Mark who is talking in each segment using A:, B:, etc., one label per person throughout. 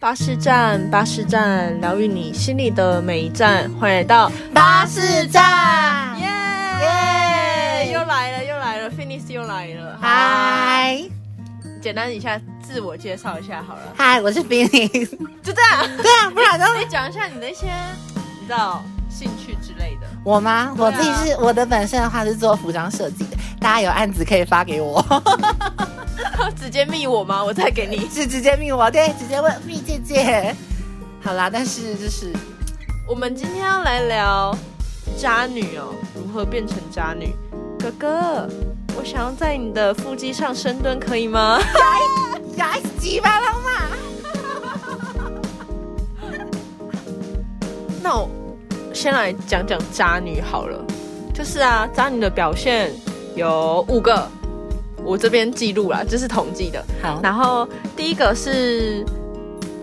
A: 巴士站，巴士站，疗愈你心里的每一站，欢迎来到
B: 巴士站
A: 耶
B: 耶
A: 又来了，又来了，Finis 又来了。
B: 嗨
A: 简单一下自我介绍一下好了，
B: 嗨，我是 Phoenix。
A: 就这样。
B: 对啊，不然呢？
A: 你讲一下你的一些，你知道兴趣之类的。
B: 我吗？
A: 对啊
B: 我自己是我的本身的话是做服装设计的，大家有案子可以发 给我，
A: 直接密我吗？我再给 你。
B: 是直接命我对，直接问 B 姐姐。好啦，但是就是
A: 我们今天要来聊渣女哦，如何变成渣女？哥哥，我想要在你的腹肌上深蹲，可以吗？
B: 呀，鸡巴浪漫。
A: 那我先来讲讲渣女好了，就是啊，渣女的表现有五个，我这边记录啦，这是统计的。
B: 好，
A: 然后第一个是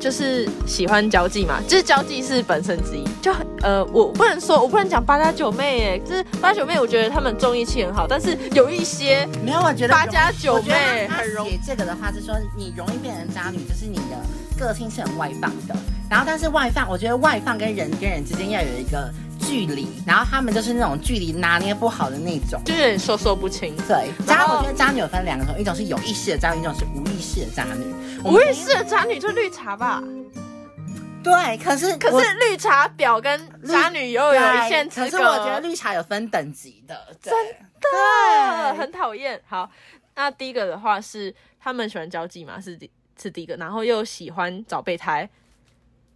A: 就是喜欢交际嘛，就是交际是本身之一。就很呃，我不能说，我不能讲八家九妹耶，就是八家九妹，我觉得她们综艺气很好，但是有一些
B: 没有，我觉得
A: 八家九
B: 我觉
A: 妹
B: 得他
A: 很容易
B: 写这个的话是说，你容易变成渣女，就是你的个性是很外放的。然后，但是外放，我觉得外放跟人跟人之间要有一个距离，然后他们就是那种距离拿捏不好的那种。
A: 就有点说说不清。
B: 对，
A: 然
B: 渣，
A: 后
B: 我觉得渣女有分两种，一种是有意识的渣女，一种是无意识的渣女。我
A: 无
B: 们
A: 意识的渣女就绿茶吧，
B: 对，可是
A: 可
B: 我
A: 是绿茶婊跟渣女又有一线之隔。
B: 对可是我觉得绿茶有分等级的，对
A: 真
B: 对
A: 很讨厌。好，那第一个的话是他们喜欢交际嘛，是第是第一个，然后又喜欢找备胎。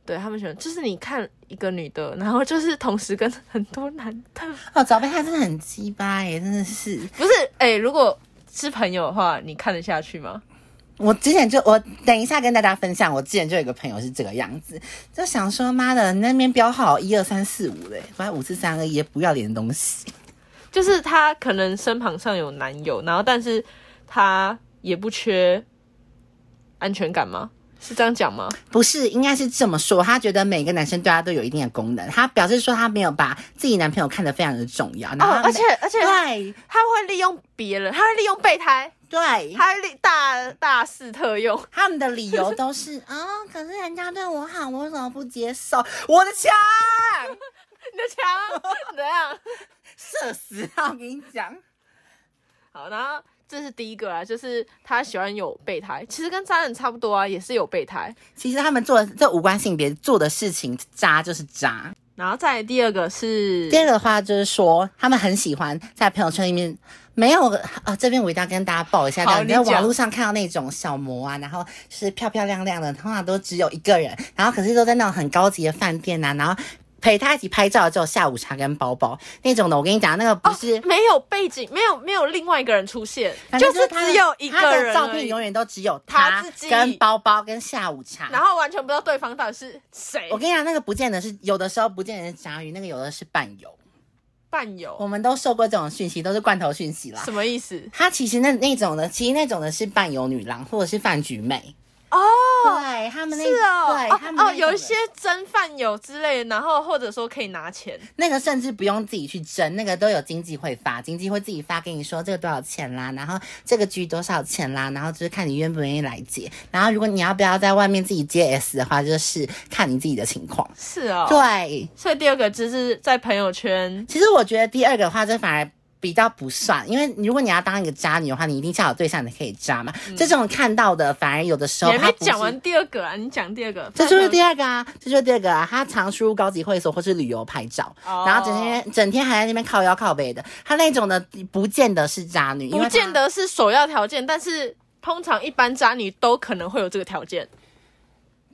A: 对他们喜欢，就是你看一个女的，然后就是同时跟很多男的，
B: 哦，早被他真的很鸡巴耶，真的是。
A: 不是？哎、如果是朋友的话，你看得下去吗？
B: 我之前就我等一下跟大家分享，我之前就有一个朋友是这个样子，就想说妈的，你那边标号一二三四五嘞，反正五四三二一，不要脸的东西。
A: 就是她可能身旁上有男友，然后但是她也不缺安全感吗？是这样讲吗？
B: 不是，应该是这么说，她觉得每个男生对她都有一定的功能，她表示说她没有把自己男朋友看得非常的重要。然后
A: 哦
B: 她，
A: 而且而且她
B: 对啊
A: 她会利用别人，她会利用备胎，
B: 对，
A: 她会利大大肆特 用。
B: 他们的理由都是啊、可是人家对我好，我为什么不接受？我的 枪
A: 你的 枪怎样？
B: 射死他！我跟你讲，
A: 好，然后这是第一个啊，就是他喜欢有备胎，其实跟渣男差不多啊，也是有备胎。
B: 其实他们做的这无关性别做的事情，渣就是渣。
A: 然后再来第二个是
B: 第，二个的话就是说，他们很喜欢在朋友圈里面没有啊、这边我一定要跟大家报一下，
A: 好
B: 你在
A: 你讲
B: 网络上看到那种小模啊，然后就是漂漂亮亮的，通常都只有一个人，然后可是都在那种很高级的饭店啊，然后陪他一起拍照的只有下午茶跟包包那种的。我跟你讲，那个不是。
A: 哦没有背景，没有没有另外一个人出现，
B: 反
A: 就
B: 正
A: 是
B: 他的
A: 只有一
B: 他
A: 个
B: 的
A: 人
B: 照
A: 而
B: 片
A: 已
B: 永远都只有
A: 他
B: 他
A: 自己
B: 跟包包跟下午茶。
A: 然后完全不知道对方到底是谁
B: 我跟你讲，那个不见得是有的时候不见得是渣鱼，那个有的是伴游。
A: 伴友，
B: 我们都受过这种讯息，都是罐头讯息啦。
A: 什么意思？
B: 她其实那那种的，其实那种的是伴游女郎或者是饭局妹，
A: 哦，
B: 对他们那
A: 是哦，
B: 对、
A: 哦
B: 他们
A: 哦，
B: 那种的
A: 有一些真饭友之类的，然后或者说可以拿钱，
B: 那个甚至不用自己去争，那个都有经济会发，经济会自己发给你说这个多少钱啦，然后这个局多少钱啦，然后就是看你愿不愿意来接，然后如果你要不要在外面自己接 S 的话，就是看你自己的情况。
A: 是哦，，
B: 对，
A: 所以第二个就是在朋友圈
B: 其实我觉得第二个的话，这反而比较不算，因为如果你要当一个渣女的话，你一定要有对象，你可以渣嘛。这种看到的，反而有的时
A: 嗯你还
B: 候他
A: 没
B: 不是
A: 讲完第二个啊，你讲第二个，
B: 这就是第二个啊，这就是第二个啊。他常输入高级会所或是旅游拍照，
A: 哦
B: 然后整天整天还在那边靠腰靠背的，他那种的不见得是渣女，因为
A: 不
B: 他
A: 见。得是首要条件，但是通常一般渣女都可能会有这个条件，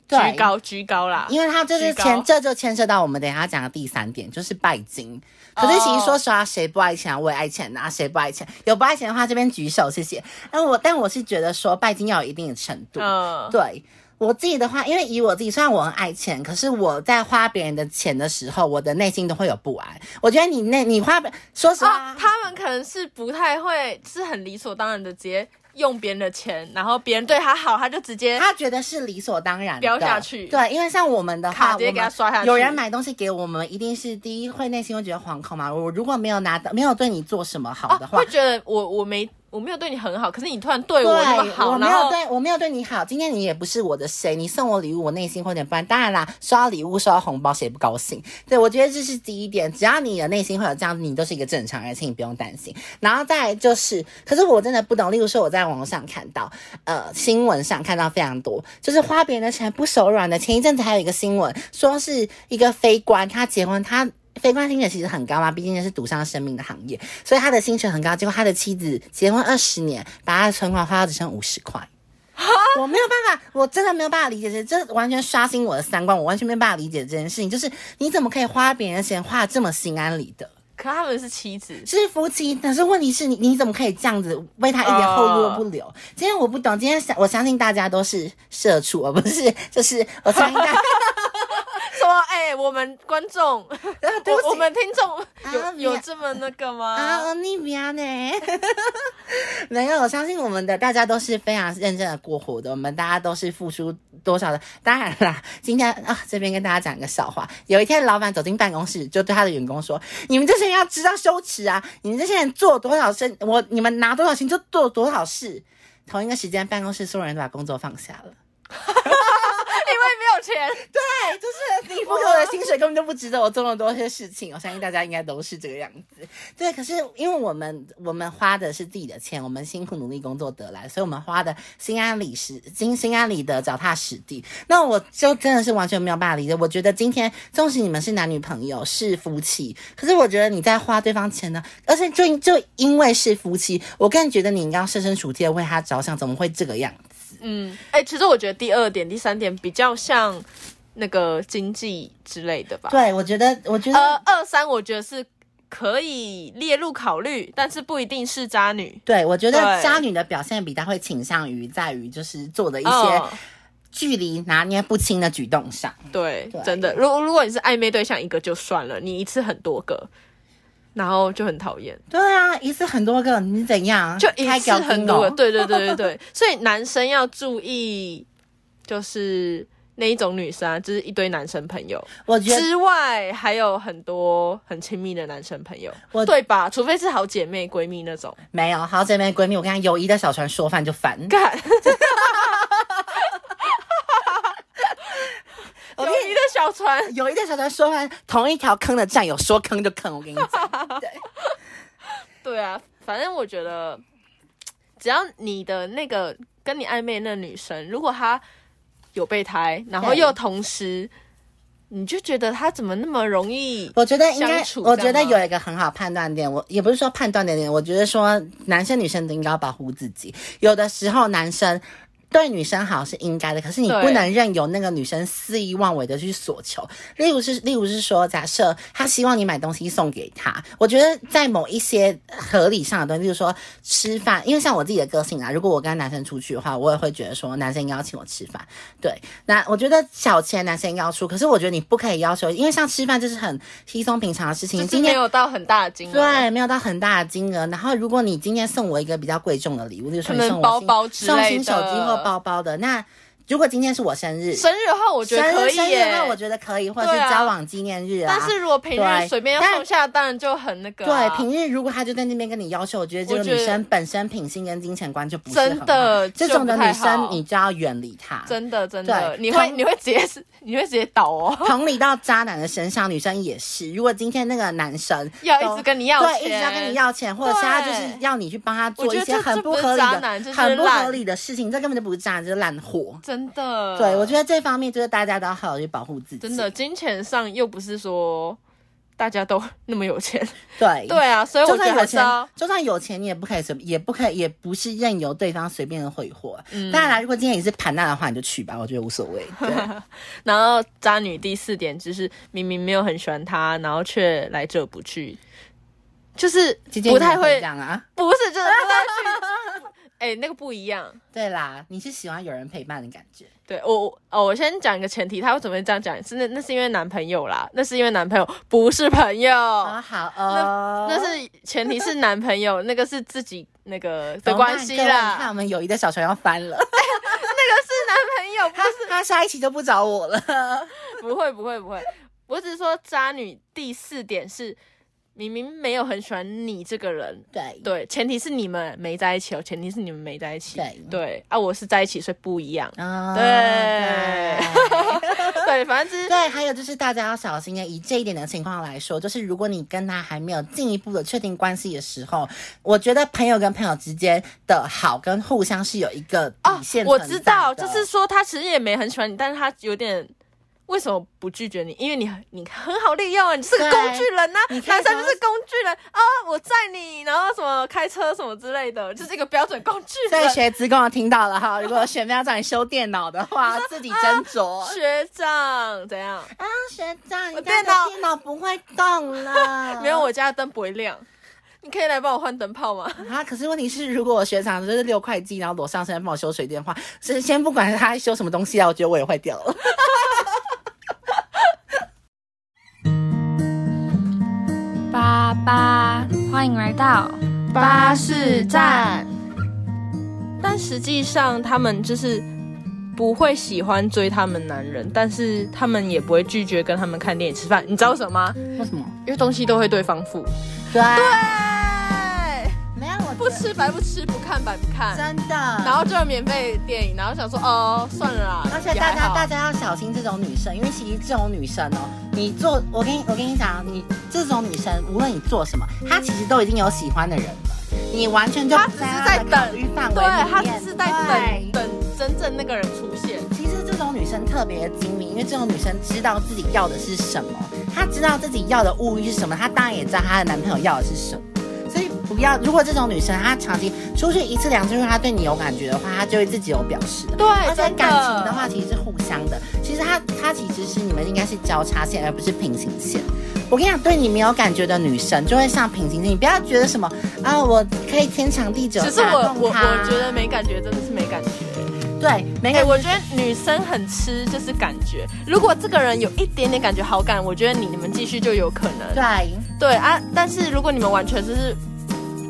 A: 居
B: 对
A: 高居高啦。
B: 因为他这是
A: 居高
B: 牵，这就牵涉到我们等一下讲的第三点，就是拜金。可是其
A: 哦
B: 实说实话，谁不爱钱啊？我也爱钱啊，谁不爱钱？有不爱钱的话，这边举手，谢谢。但我但我是觉得说，拜金要有一定的程度。
A: 嗯，
B: 对我自己的话，因为以我自己，虽然我很爱钱，可是我在花别人的钱的时候，我的内心都会有不安。我觉得你那你花，说实话，
A: 啊，他们可能是不太会，是很理所当然的直接用别人的钱，然后别人对他好，他就直接
B: 他觉得是理所当然的，
A: 飙下去
B: 对，因为像我们的
A: 卡
B: 话，
A: 直接
B: 我们
A: 给他刷下去
B: 有人买东西给我们，一定是第一会内心会觉得惶恐嘛。我如果没有拿到，没有对你做什么好
A: 哦
B: 的话，
A: 会觉得我我没我没有对你很好，可是你突然对我
B: 对，
A: 那么好，
B: 我没
A: 然
B: 有
A: 后
B: 对我没有对你好，今天你也不是我的谁，你送我礼物，我内心会有点不安。当然啦，收到礼物、收到红包，谁不高兴？对我觉得这是第一点，只要你的内心会有这样，你都是一个正常人，请你不用担心。然后再来就是，可是我真的不懂，例如说我在网络上看到，呃，新闻上看到非常多，就是花别人的钱不手软的。前一阵子还有一个新闻，说是一个非官，他结婚，他。非官薪水其实很高嘛，毕竟那是赌上生命的行业，所以他的薪水很高。结果他的妻子结婚二十年，把他的存款花到只剩五十块。 我没有办法，我真的没有办法理解这，这完全刷新我的三观，我完全没办法理解这件事情。就是你怎么可以花别人的钱花的这么心安理得？
A: 可他们是妻子，
B: 是夫妻，但是问题是你你怎么可以这样子为他一点后路都不留 今天我不懂，今天想我相信大家都是社畜，而不是就是我相信大家。
A: 说哎、我们观众，
B: 啊 对不起
A: 我我们听众有、
B: 啊
A: 有这么那个吗？
B: 啊，欧尼比亚呢？ 没有，我相信我们的大家都是非常认真的过活的，我们大家都是付出多少的。当然啦，今天啊，这边跟大家讲一个笑话。有一天，老板走进办公室，就对他的员工说：“你们这些人要知道羞耻啊！你们这些人做多少事，我你们拿多少钱就做多少事。”同一个时间，办公室所有人都把工作放下了。
A: 因为没有钱，
B: 对，哎就是 你付给我的薪水根本就不值得我做那么多些事情。我相信大家应该都是这个样子。对，可是因为我们我们花的是自己的钱，我们辛苦努力工作得来，所以我们花的心安理实、心心安理得、脚踏实地。那我就真的是完全没有办法理解。我觉得今天纵使你们是男女朋友、是夫妻，可是我觉得你在花对方钱呢，而且就就因为是夫妻，我更觉得你应该要设身处地的为他着想，怎么会这个样子？
A: 嗯，哎、其实我觉得第二点、第三点比较像那个经济之类的吧。
B: 对，我啊觉得，我觉得。
A: 呃，二三我觉得是可以列入考虑，但是不一定是渣女。
B: 对，我觉得
A: 对
B: 渣女的表现比较会倾向于在于就是做的一些
A: 哦
B: 距离拿捏不清的举动上。
A: 对
B: 对，
A: 真的，如如果你是暧昧对象一个就算了，你一次很多个，然后就很讨厌，
B: 对啊，一次很多个，你怎样？
A: 就一
B: 啊开
A: 次
B: 搞
A: 很
B: 定
A: 多个，
B: 哦。
A: 对对对对对， 所以男生要注意，就是那一种女生啊，就是一堆男生朋友
B: 我觉得
A: 之外，还有很多很亲密的男生朋友
B: 我，
A: 对吧？除非是好姐妹、闺蜜那种，
B: 没有，好姐妹闺蜜，我跟她友谊的小船说翻就翻。
A: 干，
B: 我
A: 友
B: 跟
A: 谊的小船，
B: 友谊的小船说翻，同一条坑的战友说坑就坑，我跟你讲。对，
A: 对啊，反正我觉得，只要你的那个跟你暧昧的那女生，如果她有备胎，然后
B: 对
A: 又同时，你就觉得她怎么那么容易
B: 我觉得应
A: 相，
B: 该
A: 处
B: 我觉得
A: 这样吗
B: 有一个很好判断点，我也不是说判断点点，我觉得说男生女生都应该要保护自己。有的时候男生对女生好是应该的，可是你
A: 对
B: 不能任由那个女生肆意妄为的去索求。例如是，例如是说，假设他希望你买东西送给他，我觉得在某一些合理上的东西，例如说吃饭，因为像我自己的个性啊，如果我跟男生出去的话，我也会觉得说男生应该要请我吃饭。对，那我觉得小钱男生应该要出，可是我觉得你不可以要求，因为像吃饭就是很稀松平常的事情。
A: 就是
B: 今
A: 没
B: 天
A: 有到很大的金额，
B: 对，没有到很大的金额。然后，如果你今天送我一个比较贵重的礼物，例如说你
A: 可能
B: 送我
A: 包
B: 新
A: 包之
B: 送
A: 类
B: 新手机
A: 的
B: 或包包的，那如果今天是我生日，
A: 生日的话，我觉得
B: 生日
A: 可以
B: 生日的
A: 耶
B: 话，。我觉得可以，或者是
A: 对啊
B: 交往纪念日啊。
A: 但是如果平
B: 对
A: 日随便
B: 但
A: 放下，当然就很那个啊、
B: 对，平日如果她就在那边跟你要求，我觉得这
A: 我
B: 个
A: 觉
B: 女
A: 得
B: 生本身品性跟金钱观就不是
A: 真
B: 很
A: 的
B: 好这
A: 就
B: 种的
A: 不太
B: 女生
A: 好
B: 你就要远离她。
A: 真的真的，
B: 对
A: 你会
B: 同
A: 你会直接是你会直接倒哦，
B: 同理到渣男的身上，女生也是。如果今天那个男生
A: 要
B: 都
A: 一直跟你要
B: 对，
A: 钱，
B: 一直要跟你要钱，或者是他就是要你去帮他做
A: 我觉
B: 一
A: 得
B: 些
A: 这
B: 很
A: 这
B: 不
A: 不是
B: 合理
A: 渣
B: 的、
A: 男这就是
B: 很不合
A: 烂
B: 理的事情，这根本就不是渣男，这是烂货。
A: 真的。
B: 对，我觉得这方面就是大家都要好好去保护自己。
A: 嗯真的，，金钱上又不是说大家都那么有 钱，
B: 对
A: 对。啊，所以
B: 就
A: 我觉
B: 算
A: 得
B: 有
A: 还是
B: 钱
A: 要，
B: 就算有钱，你也不可以随，也不可以，也不是任由对方随便的挥霍。
A: 嗯
B: 当然啦，如果今天你是盘娜的话，你就去吧，我觉得无所 谓。对，
A: 然后渣女第四点就是明明没有很喜欢他，然后却来者不拒，就是
B: 今天
A: 不
B: 你
A: 太
B: 也
A: 会
B: 这，样啊。
A: 不是就是不太去， 哎、那个不一样。
B: 对啦，你是喜欢有人陪伴的感觉。
A: 对我我哦，我先讲一个前提，他为什么会这样讲？是那那是因为男朋友啦，那是因为男朋友不是朋友，
B: 啊，好哦，
A: 那是前提是男朋友，那个是自己那个
B: 怎
A: 的
B: 么
A: 关
B: 办
A: 系
B: 各位你看
A: 啦
B: 我，们友谊的小船要翻了，
A: 是男朋友不
B: 他他下一期就不找我了。
A: 不会不会不会，我只是说渣女第四点是明明没有很喜欢你这个人，
B: 对
A: 对，前提是你们没在一起哦，前提是你们没在一起。
B: 对。
A: 啊，我是在一起，所以不一样
B: 啊
A: 对对，反正就是
B: 对，还有就是大家要小心啊！以这一点的情况来说，就是如果你跟他还没有进一步的确定关系的时候，我觉得朋友跟朋友之间的好跟互相是有一个底线、
A: 哦我知道，就是。说他其实也没很喜欢你，但是他有点。为什么不拒绝你？因为你你很好利用啊，你是个
B: 对啊
A: 工具人呐、
B: 你可以
A: 男生
B: 说
A: 就是工具人啊、我载你，然后什么开车什么之类的，就是一个标准工具
B: 所以
A: 人。
B: 学职工的听到了哈，如果学妹要找你修电脑的话，自己斟 酌。
A: 学长怎样？
B: 啊，学长，
A: 我
B: 你家
A: 电
B: 的
A: 脑。
B: 电脑不会动了
A: 没有，我家的灯不会亮，你可以来帮我换灯泡吗？
B: 啊，可是问题是，如果我学长就是六块肌，然后裸上身帮我修水电话，是先不管他修什么东西啊，我觉得我也坏掉了。
C: 八八，欢迎来到
A: 巴士站。但实际上，他们就是不会喜欢追他们男人，但是他们也不会拒绝跟他们看电影、吃饭。你知道为什么吗？
B: 为什么？
A: 因为东西都会对方付。
B: 对，啊
A: 对，
B: 没有我
A: 啊不吃白不吃，不看白不看，
B: 真的。然
A: 然后就有免费电影，然后想说哦，算了啦。
B: 而且
A: 也
B: 大
A: 还
B: 家
A: 好
B: 大家要小心这种女生，因为其实这种女生哦，你做我跟你我跟你讲，啊你这种女生无论你做什么，她其实都已经有喜欢的人了，你完全就
A: 他
B: 不
A: 只是
B: 她
A: 在
B: 的考虑
A: 等，
B: 范围
A: 对
B: 里面
A: 他只是在等
B: 对
A: 等真正那个人出现。
B: 其实这种女生特别精明，因为这种女生知道自己要的是什么，她知道自己要的物欲是什么，她当然也知道她的男朋友要的是什么。所以不要，如果这种女生她长期出去一次两次，如果她对你有感觉的话，她就会自己有表示的。
A: 对
B: 而且
A: 真的
B: 感情的话其实是互相的，其实她她其实是你们应该是交叉线，而不是平行线。我跟你讲，对你没有感觉的女生就会像平行线，你不要觉得什么啊，我可以天长地久
A: 只
B: 打
A: 是
B: 动她。
A: 我我我觉得没感觉，真的是没感觉。
B: 对，没
A: 哎、
B: 感觉
A: 我觉得女生很吃就是感觉，如果这个人有一点点感觉好感，我觉得你你们继续就有可能。
B: 对。
A: 对啊，但是如果你们完全就是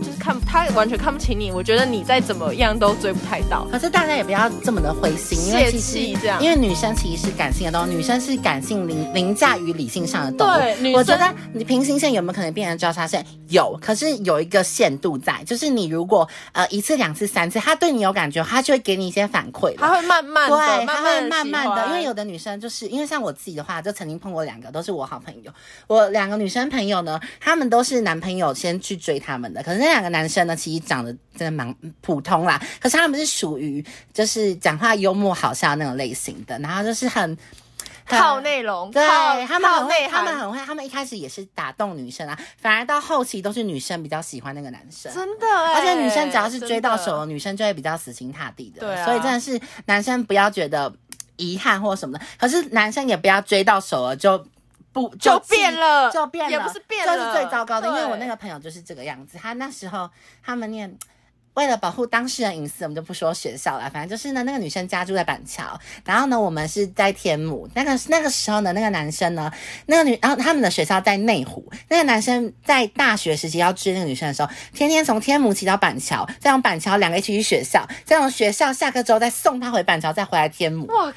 A: 就是看他完全看不起你，我觉得你再怎么样都追不太到。
B: 可是大家也不要这么的灰心，因为其实
A: 泄气这样
B: 因为女生其实是感性的动物，女生是感性凌凌驾于理性上的动物。
A: 对女生
B: 我觉得你平行线有没有可能变成交叉线？有，可是有一个限度在，就是你如果呃一次、两次、三次，他对你有感觉，他就会给你一些反馈了。
A: 他会慢慢的，
B: 对，
A: 慢
B: 他
A: 慢
B: 会
A: 地
B: 慢慢
A: 喜
B: 的，
A: 欢
B: 因为有的女生就是因为像我自己的话，就曾经碰过两个，都是我好朋友。我两个女生朋友呢，她们都是男朋友先去追她们的，可是那两个男生呢，其实长得真的蛮普通啦，可是他们是属于就是讲话幽默好笑那种类型的，然后就是 很。很
A: 套内容，
B: 对
A: 套
B: 他们
A: 套
B: 很会
A: 内，
B: 他
A: 涵，
B: 们很会，他们一开始也是打动女生啊，反而到后期都是女生比较喜欢那个男生。
A: 真的哎、
B: 而且女生只要是追到
A: 真
B: 手，
A: 的，
B: 女生就会比较死心塌地的。
A: 对啊
B: 所以真的是男生不要觉得遗憾或什么的，可是男生也不要追到手了就。不
A: 就
B: 气
A: 变了
B: 就变了，
A: 也不是变
B: 这
A: 了
B: 是最糟糕的。因为我
A: 对
B: 那个朋友就是这个样子，他那时候他们念，为了保护当事人隐私，我们就不说学校了。反正就是呢，那个女生家住在板桥，然后呢，我们是在天母。那个那个时候呢，那个男生呢，那个女，然后他们的学校在内湖。那个男生在大学时期要追那个女生的时候，天天从天母骑到板桥，再从板桥两个一起去学校，再从学校下课之后再送她回板桥，再回来天母。
A: 哇，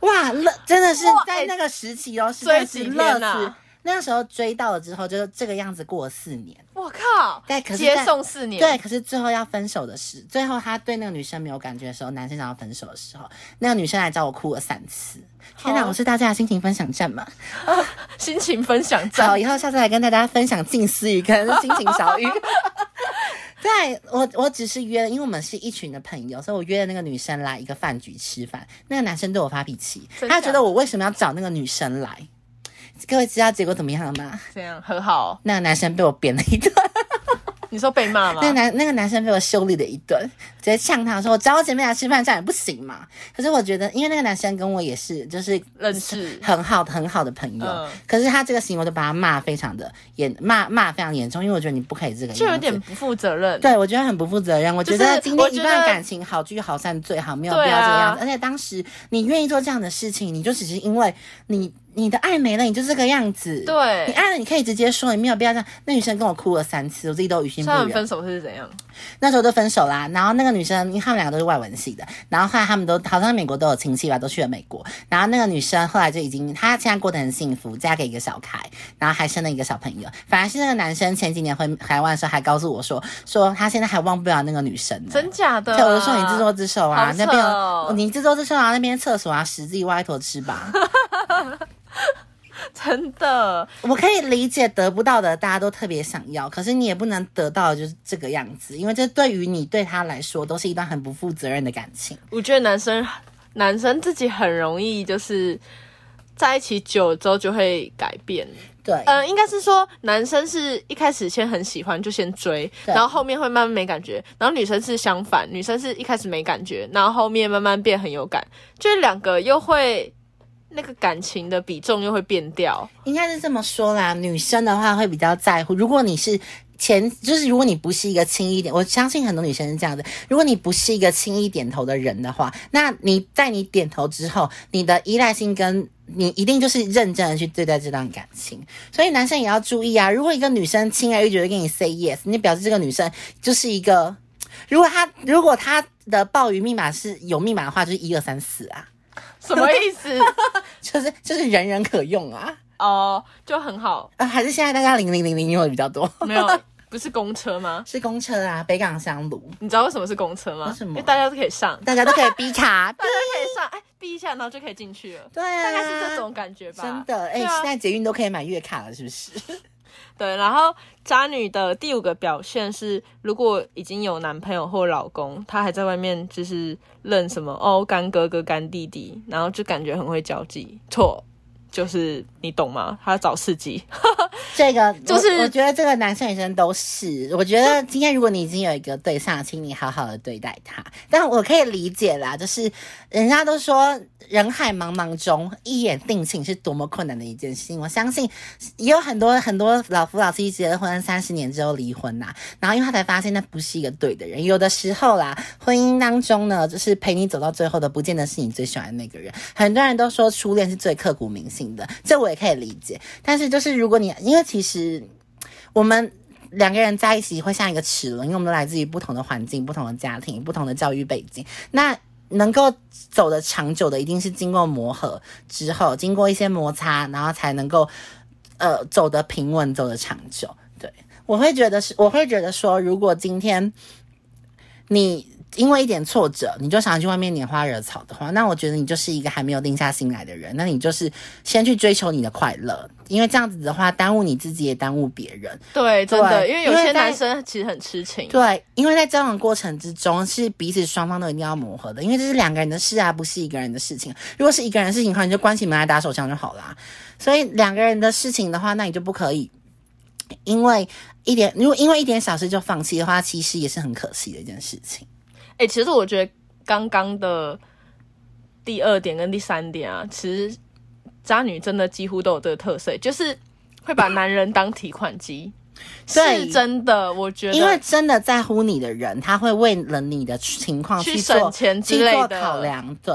B: 哇，乐真的是
A: 哇哎
B: 在那个时期哦，是
A: 追
B: 真的是
A: 几天啊
B: 乐
A: 呐
B: 死。那时候追到了之后，就是这个样子过了四年。
A: 我靠，
B: 但可是
A: 接
B: 在
A: 送四年，
B: 对，可是最后要分手的时，最后他对那个女生没有感觉的时候，男生想要分手的时候，那个女生来找我哭了三次。天哪，
A: 好
B: 我是大家的心情分享站嘛。
A: 心情分享站
B: 好，以后下次来跟大家分享近思语跟心情小语。 对我，我只是约了，因为我们是一群的朋友，所以我约了那个女生来一个饭局吃饭。那个男生对我发脾气，
A: 真
B: 他
A: 假
B: 觉得我为什么要找那个女生来？各位知道结果怎么样了吗？
A: 这样很好。
B: 那个男生被我扁了一顿。
A: 你说被骂吗
B: 那？个男那个男生被我修理了一顿，直接呛他说：“我找我姐妹来吃饭，这样也不行嘛。”可是我觉得，因为那个男生跟我也是，就是
A: 认识
B: 很好很好的朋友，
A: 嗯
B: 可是他这个行为我就把他骂非常的严，骂骂非常严重，因为我觉得你不可以这个样子，
A: 就有点不负责任。
B: 对，我觉得很不负责任。我觉
A: 就是
B: 得今天一
A: 我觉
B: 段
A: 得
B: 感情好聚好散最好，没有必
A: 对
B: 要
A: 啊
B: 这个样子。而且当时你愿意做这样的事情，你就只是因为你你的爱没了，你就这个样子。
A: 对
B: 你爱了，你可以直接说，你没有必要这样。那女生跟我哭了三次，我自己都于心不
A: 虽然
B: 忍
A: 分。手是怎样？
B: 那时候就分手啦。然后那个女生，因为他们两个都是外文系的，然后后来他们都好像美国都有亲戚吧，都去了美国。然后那个女生后来就已经，她现在过得很幸福，嫁给一个小开，然后还生了一个小朋友。反而是那个男生前几年回台湾的时候，还告诉我说，说他现在还忘不了那个女生呢。
A: 真假的、
B: 对，我就说你自作自受啊
A: 好，扯
B: 那边
A: 哦
B: 有你自作自受啊，那边厕所啊，屎自己挖一坨吃 吧。
A: 真的，
B: 我可以理解得不到的大家都特别想要，可是你也不能得到的就是这个样子，因为这对于你对他来说都是一段很不负责任的感情。
A: 我觉得男生男生自己很容易就是在一起久了之后就会改变。
B: 对，
A: 嗯，应该是说男生是一开始先很喜欢就先追，
B: 对
A: 然后后面会慢慢没感觉，然后女生是相反，女生是一开始没感觉，然后后面慢慢变很有感，就是两个又会那个感情的比重又会变掉。
B: 应该是这么说啦。女生的话会比较在乎，如果你是。前就是，如果你不是一个轻一点，我相信很多女生是这样的。如果你不是一个轻易点头的人的话，那你在你点头之后，你的依赖性跟你一定就是认真的去对待这段感情。所以男生也要注意啊，如果一个女生轻而易举的跟你 say yes，你表示这个女生就是一个，如果她如果她的鲍鱼密码是有密码的话，就是一二三四啊，
A: 什么意思？
B: 就是就是人人可用啊。
A: 哦，就很好，
B: 啊，还是现在大家零零零零用的比较多。
A: 没有，不是公车吗？
B: 是公车啊，北港香炉，
A: 你知道为什么是公车吗
B: 为？什
A: 因
B: 么
A: 为大家都可以上，
B: 大家都可以逼卡。
A: 大家都可以上，哎，逼一下，然后就可以进去了。
B: 对啊，
A: 大概是这种感觉吧。
B: 真的，哎、
A: 对啊
B: 现在捷运都可以买月卡了，是不是？
A: 对，然后渣女的第五个表现是，如果已经有男朋友或老公，她还在外面就是认什么哦干哥哥干弟弟，然后就感觉很会交际。错，就是你懂吗？她找刺激。
B: 这个
A: 就是
B: 我，我觉得这个男生女生都是。我觉得今天如果你已经有一个对象，请你好好的对待他。但我可以理解啦，就是人家都说人海茫茫中一眼定情是多么困难的一件事情。我相信也有很多很多老夫老妻结了婚三十年之后离婚啦，然后因为他才发现那不是一个对的人。有的时候啦，婚姻当中呢，就是陪你走到最后的，不见得是你最喜欢的那个人。很多人都说初恋是最刻骨铭心的，这我也可以理解。但是就是如果你，因为其实我们。两个人在一起会像一个齿轮，因为我们都来自于不同的环境、不同的家庭、不同的教育背景。那能够走得长久的，一定是经过磨合之后，经过一些摩擦，然后才能够呃走得平稳、走得长久。对我会觉得是，我会觉得说，如果今天你因为一点挫折，你就想去外面拈花惹草的话，那我觉得你就是一个还没有定下心来的人。那你就是先去追求你的快乐，因为这样子的话，耽误你自己，也耽误别人。
A: 对， 真的，因为有
B: 因
A: 些
B: 为在
A: 男生其实很痴情。
B: 对，因为在交往过程之中，是彼此双方都一定要磨合的，因为这是两个人的事啊，不是一个人的事情。如果是一个人的事情的话，你就关起门来打手枪就好啦。所以两个人的事情的话，那你就不可以因为一点，如果因为一点小事就放弃的话，其实也是很可惜的一件事情。
A: 哎、其实我觉得刚刚的第二点跟第三点啊，其实渣女真的几乎都有这个特色，就是会把男人当提款 机。
B: 对
A: 是真的，我觉得
B: 因为真的在乎你的人，他会为了你的情况
A: 去
B: 去做
A: 省钱之类
B: 去
A: 的
B: 做考量。对，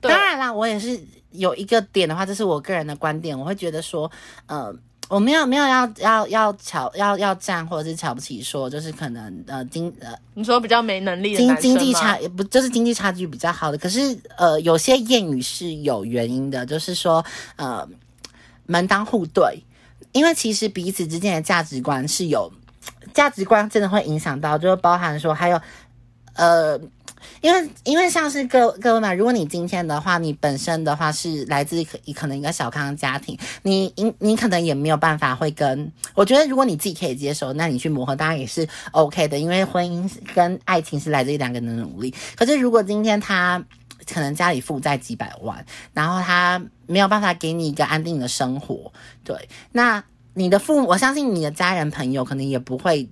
A: 对
B: 当然啦，我也是有一个点的话，这是我个人的观点，我会觉得说，呃。我没有没有要要要瞧要要站或者是瞧不起说，就是可能呃经呃
A: 你说比较没能力的
B: 经
A: 男生
B: 经
A: 吗
B: 济差也不就是经济差距比较好的，可是呃有些谚语是有原因的，就是说呃门当户对，因为其实彼此之间的价值观是有价值观真的会影响到，就是包含说还有呃。因为因为像是各各位嘛，如果你今天的话，你本身的话是来自可可能一个小康家庭，你你你可能也没有办法会跟，我觉得如果你自己可以接受，那你去磨合当然也是 OK 的，因为婚姻跟爱情是来自于两个人的努力。可是如果今天他可能家里负债几百万，然后他没有办法给你一个安定的生活，对，那你的父母，我相信你的家人朋友可能也不会。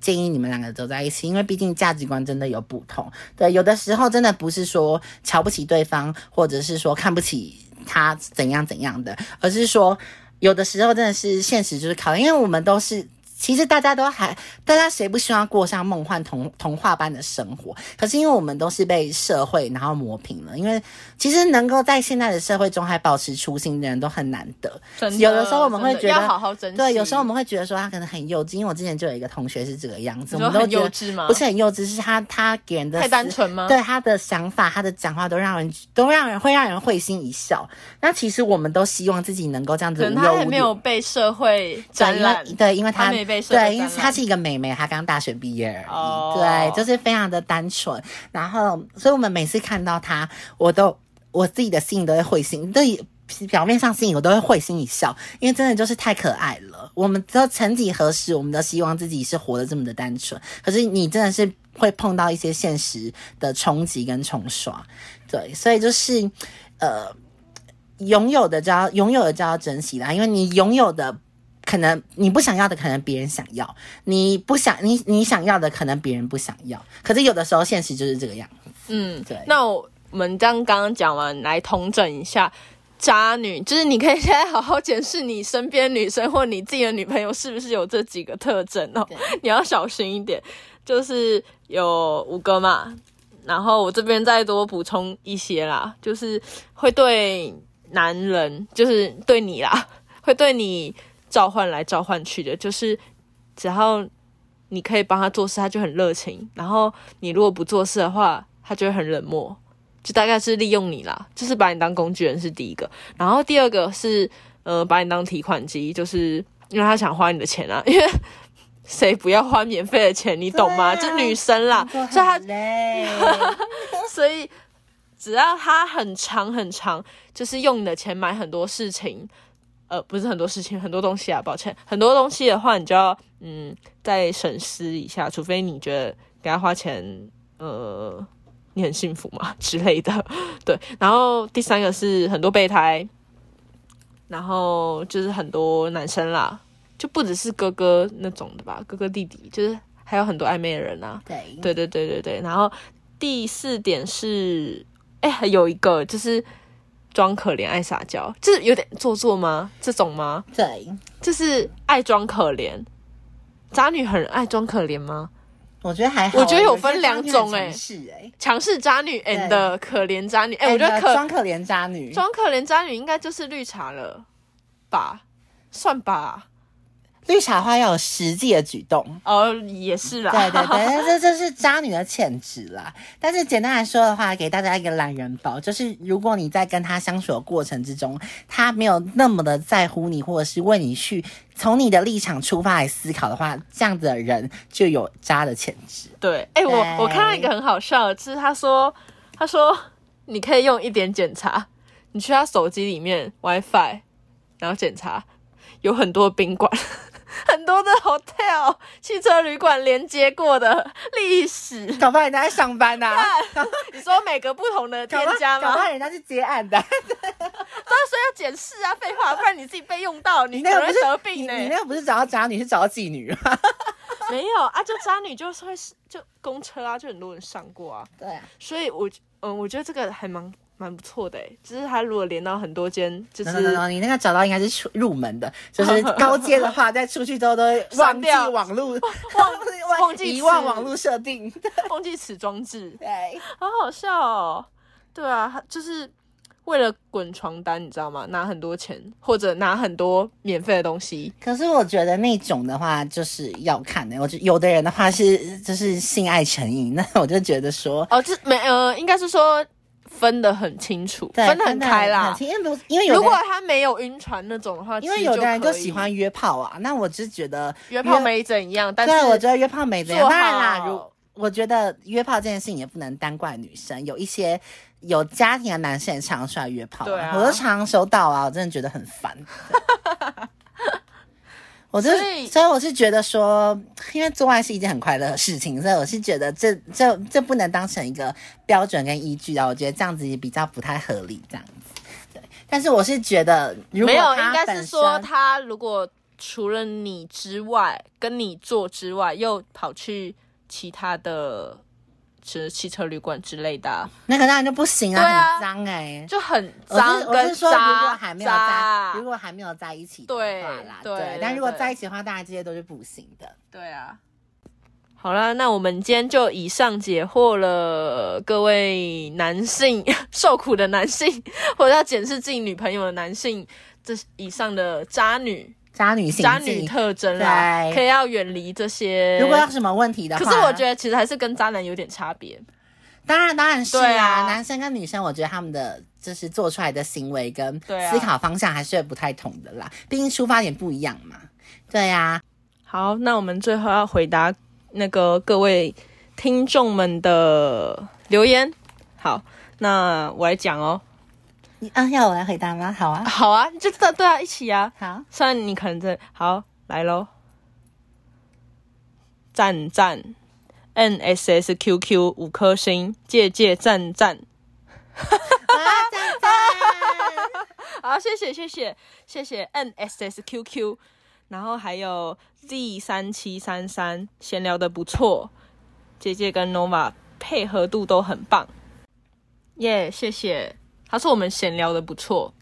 B: 建议你们两个走在一起，因为毕竟价值观真的有不同。对，有的时候真的不是说瞧不起对方，或者是说看不起他怎样怎样的，而是说有的时候真的是现实就是考验，因为我们都是。其实大家都还，大家谁不希望过上梦幻童童话般的生活？可是因为我们都是被社会然后磨平了，因为其实能够在现在的社会中还保持初心的人都很难得。
A: 真的
B: 有的时候我们会
A: 真的
B: 觉得
A: 要好好珍惜。
B: 对，有时候我们会觉得说他可能很幼稚，因为我之前就有一个同学是这个样子，
A: 你
B: 我
A: 说
B: 们都
A: 很
B: 觉
A: 幼
B: 得
A: 稚吗？
B: 不是很幼稚，是他他给人的
A: 太单
B: 思
A: 纯吗？
B: 对他的想法、他的讲话都让人都让人会让人会心一笑。那其实我们都希望自己能够这样子
A: 可
B: 无
A: 能他
B: 忧
A: 还
B: 无
A: 没
B: 虑
A: 有。被社会
B: 对，
A: 展
B: 因
A: 览
B: 为，对，因为他
A: 他没被社会
B: 对，因为
A: 展览
B: 她是一个妹妹，她刚大学毕业而已。
A: 哦
B: 对，就是非常的单纯。然后，所以我们每次看到她，我都我自己的心里都会会心，对，表面上心里我都会会心一笑，因为真的就是太可爱了。我们都曾几何时，我们都希望自己是活得这么的单纯，可是你真的是会碰到一些现实的冲击跟冲刷。对，所以就是呃，拥有的就要拥有的就要珍惜啦，因为你拥有的。可能你不想要的，可能别人想要；你不想你你想要的，可能别人不想要。可是有的时候现实就是这个样。
A: 嗯，
B: 对
A: 那我们这样刚刚讲完，来统整一下。渣女就是你可以现在好好检视你身边女生或你自己的女朋友是不是有这几个特征哦
B: 对，
A: 你要小心一点。就是有五个嘛，然后我这边再多补充一些啦，就是会对男人，就是对你啦，会对你召唤来召唤去的，就是只要你可以帮他做事，他就很热情；然后你如果不做事的话，他就会很冷漠，就大概是利用你啦，就是把你当工具人是第一个，然后第二个是呃把你当提款机，就是因为他想花你的钱啊，因为谁不要花免费的钱，你懂吗？
B: 对
A: 就
B: 啊
A: 女生啦，所
B: 工
A: 以
B: 作
A: 他
B: 很累，
A: 所以只要他很长很长，就是用你的钱买很多事情，呃，不是很多事情，很多东西啊，抱歉，很多东西的话，你就要嗯再审视一下，除非你觉得给他花钱，呃，你很幸福嘛之类的，对。然后第三个是很多备胎，然后就是很多男生啦，就不只是哥哥那种的吧，哥哥弟弟，就是还有很多暧昧的人啊，
B: 对
A: 对对对对对。然后第四点是，哎、还有一个就是装可怜爱撒娇，就是有点做作吗？这种吗？
B: 对，
A: 就是爱装可怜。渣女很爱装可怜吗？
B: 我觉得还好。
A: 我觉得有分两种欸
B: 是哎，
A: 强势渣女 and 可怜渣女，哎、我觉得
B: and 呃
A: 可
B: 装可怜渣女，
A: 装可怜渣女应该就是绿茶了吧？算吧，
B: 绿茶花要有实际的举动。
A: 哦，也是啦。
B: 对对对，但是这这是渣女的潜质啦。但是简单来说的话，给大家一个懒人包，就是如果你在跟他相处的过程之中，他没有那么的在乎你，或者是为你去从你的立场出发来思考的话，这样子的人就有渣的潜质。
A: 对，哎、
B: 对
A: 我我看到一个很好笑的，就是他说，他说你可以用一点检查，你去他手机里面 WiFi，然后检查有很多宾馆， 很多的 hotel 汽车旅馆连接过的历史。
B: 搞不好人家在上班呐、啊，
A: 你说每个不同的
B: 搞
A: 添
B: 不好
A: 加
B: 搞不
A: 啊吗？
B: 好人家是接案的。
A: 对啊，所以要检视啊，废话，不然你自己被用到，你
B: 你
A: 可
B: 那
A: 能
B: 个
A: 会
B: 不是
A: 得
B: 你
A: 病欸呢、
B: 你那个不是找到渣女，是找到妓女。
A: 没有啊，就渣女就是会就公车啊，就很多人上过啊。
B: 对啊，
A: 所以我，嗯，我觉得这个还蛮蛮不错的诶，就是他如果连到很多间，就
B: no no no，
A: 是
B: no，你那个找到应该是出入门 的，就是高阶的话，再出去之后都 会忘
A: 删
B: 记
A: 掉
B: 网 络，
A: 忘忘记
B: 遗忘
A: 词
B: 网络设定。
A: 忘记此装置，
B: 对，
A: 好好笑哦。对啊，他就是为了滚床单，你知道吗？拿很多钱或者拿很多免费的东西，
B: 可是我觉得那种的话就是要看的、我觉有的人的话是就是性爱成瘾，那 我就觉得说。
A: 哦，这没呃，应该是说分得很清楚，
B: 对
A: 得很开啦
B: 很。因为如因为有的
A: 如
B: 人
A: 果他没有晕船那种的话，
B: 因为
A: 其实
B: 有的人
A: 就
B: 就
A: 可以
B: 喜欢约炮啊，那我就觉得
A: 约炮没怎样，但
B: 对，我
A: 是
B: 觉得约炮没怎样。
A: 做
B: 当然啦，
A: 好
B: 如我觉得约炮这件事情也不能单怪女生，有一些有家庭的男生也常出来约炮、
A: 对啊
B: 我都常常收到啊，我真的觉得很烦。我就
A: 所以
B: 所以我是觉得说，因为做爱是一件很快乐的事情，所以我是觉得这这这不能当成一个标准跟依据啊，我觉得这样子也比较不太合理，这样子。对，但是我是觉得，如果
A: 没有，
B: 他
A: 应该
B: 本
A: 是说
B: 身
A: 他如果除了你之外，跟你做之外，又跑去其他的吃汽车旅馆之类的啊、
B: 那个当然就不行
A: 对
B: 啊，
A: 啊
B: 很脏哎、
A: 就很
B: 我是
A: 脏
B: 我
A: 跟
B: 是说，
A: 渣
B: 如果还没有在
A: 渣，
B: 如果还没有在一起的
A: 对
B: 话啦，
A: 对对
B: 但如果
A: 对
B: 在一起的话，当然这些都是不行的。
A: 对啊。好啦，那我们今天就以上解惑了各位男性受苦的男性，或者要检视自己女朋友的男性，这以上的渣女
B: 渣女性
A: 渣女特征啦，
B: 对
A: 可以要远离这些。
B: 如果有什么问题的话，
A: 可是我觉得其实还是跟渣男有点差别。
B: 当然当然是
A: 对
B: 啊，
A: 啊
B: 男生跟女生，我觉得他们的就是做出来的行为跟
A: 对啊
B: 思考方向还是不太同的啦，毕竟出发点不一样嘛。对啊呀、
A: 好，那我们最后要回答那个各位听众们的留言。好，那我来讲哦。
B: 你啊，要我来回答吗？好啊，
A: 好啊，就对对啊，一起啊。
B: 好，
A: 虽然你可能真好来喽，赞赞，N S S Q Q 五颗星，借借赞赞。
B: 我要啊赞赞。
A: 好，谢谢谢谢谢谢 N S S Q Q，然后还有 Z 三七三三，闲聊的不错，姐姐跟 Nova 配合度都很棒，耶、谢谢。他说我们闲聊的不错，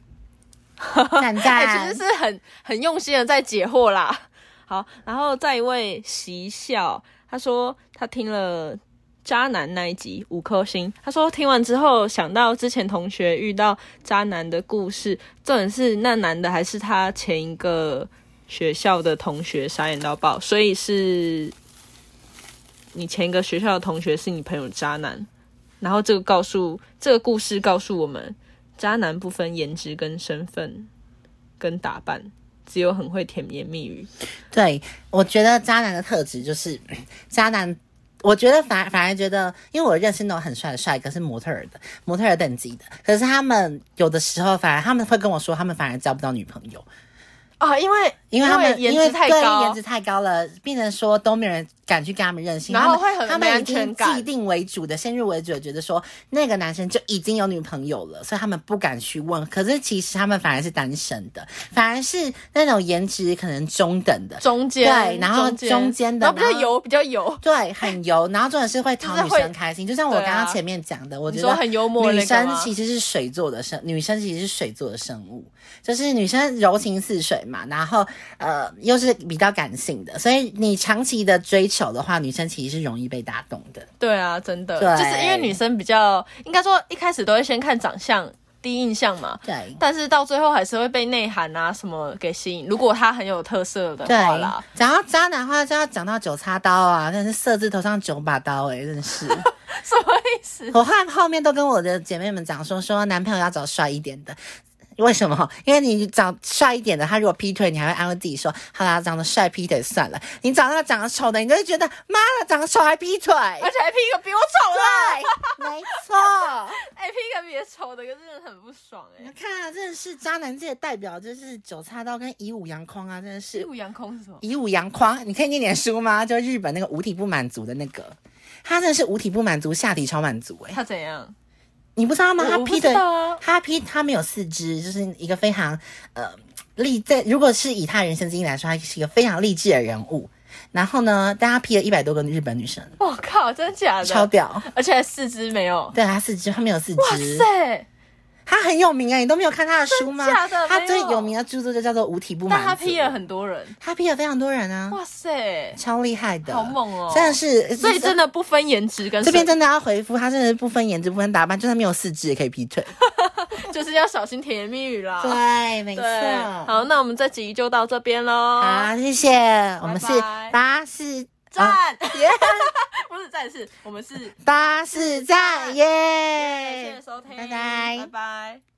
B: 赞
A: 哎、
B: 赞
A: 其实是很很用心的在解惑啦。 好，然后再一位习笑，他说他听了。渣男那一集五颗星，他说听完之后想到之前同学遇到渣男的故事，重点是那男的还是他前一个学校的同学，傻眼到爆，所以是你前一个学校的同学是你朋友渣男，然后这个告诉这个故事告诉我们，渣男不分颜值跟身份跟打扮，只有很会甜言蜜语。
B: 对，我觉得渣男的特质就是 嗯渣男。我觉得反反而觉得，因为我认识那种很帅的帅哥是模特儿的，模特儿等级的。可是他们有的时候反而他们会跟我说，他们反而交不到女朋友，
A: 啊，因为
B: 因为他们
A: 颜
B: 因为
A: 值太
B: 对
A: 高，
B: 颜值太高了，变成说都没有人敢去跟他们认识，
A: 然后
B: 他们
A: 会很
B: 他
A: 没
B: 们已
A: 安全
B: 经
A: 感
B: 既定为主的先入为主，的觉得说那个男生就已经有女朋友了，所以他们不敢去问。可是其实他们反而是单身的，反而是那种颜值可能中等的，
A: 中间
B: 对然后中间的
A: 然后比较
B: 然后
A: 油，比较油，
B: 对，很 油，然后重点是会讨
A: 就是
B: 女
A: 会
B: 生开心，就像我
A: 对
B: 刚
A: 啊
B: 刚前面讲的，我
A: 你
B: 觉
A: 说
B: 得
A: 很幽默
B: 女
A: 那个
B: 生
A: 吗
B: 其实是水做的生，女生其实是水做的生物，就是女生柔情似水嘛，然后呃又是比较感性的，所以你长期的追求的话，女生其实是容易被打动的。
A: 对啊，真的，
B: 对
A: 就是因为女生比较，应该说一开始都会先看长相，第一印象嘛。
B: 对
A: 但是到最后还是会被内涵啊什么给吸引。如果他很有特色的
B: 对
A: 话啦，，
B: 讲到渣男的话就要讲到九叉刀啊，真的是色字头上九把刀哎、真的
A: 什
B: 是。
A: 么意思？
B: 我后来后面都跟我的姐妹们讲说，说男朋友要找帅一点的。为什么？因为你找帅一点的，他如果劈腿，你还会安慰自己说：“好啦，长得帅劈腿算了。”你找那个长得丑的，你就会觉得：“妈的，长得丑还劈腿。
A: 而且还 P 一个比我丑的，”
B: 对，没错。
A: 哎、p 一个比我丑的，可是真的很不爽哎、
B: 你看啊，真的是渣男界的代表，就是九叉刀跟以武扬匡啊，真的是
A: 入阳空是什么？
B: 以武扬匡，你可以念点书吗？就日本那个五体不满足的那个，他真的是五体不满足，下体超满足哎、
A: 他怎样？
B: 你不知道吗？
A: 我
B: 他
A: 我不
B: 劈腿
A: 知道啊，
B: 他劈他没有四肢，就是一个非常呃励在。如果是以他人生经历来说，他是一个非常励志的人物。然后呢，但他劈了一百多个日本女生，
A: 我靠，真的假
B: 超
A: 的？
B: 屌。
A: 而且还四肢没有。
B: 对他四肢，他没有四
A: 哇
B: 肢，
A: 塞！
B: 他很有名哎、你都没有看他的书吗？
A: 真假的
B: 他
A: 没有
B: 最有名的著作就叫做《无体不满
A: 但
B: 足》，
A: 他 P 了很多人。
B: 他劈了非常多人啊，
A: 哇塞！
B: 超厉害的，
A: 好猛哦
B: 真的是，
A: 所以真的不分颜值跟
B: 这边
A: 身
B: 真的要回复，他真的是不分颜值、不分打扮，就算没有四肢也可以 劈腿。
A: 就是要小心甜言蜜语啦。
B: 对，没错。
A: 对，好，那我们这集就到这边喽。
B: 好，谢谢，我们是
A: 拜
B: 巴士
A: 赞，
B: 啊
A: 不是赞是，我们是，
B: 巴士站耶，
A: 谢谢收听，
B: 哎拜拜
A: 拜拜。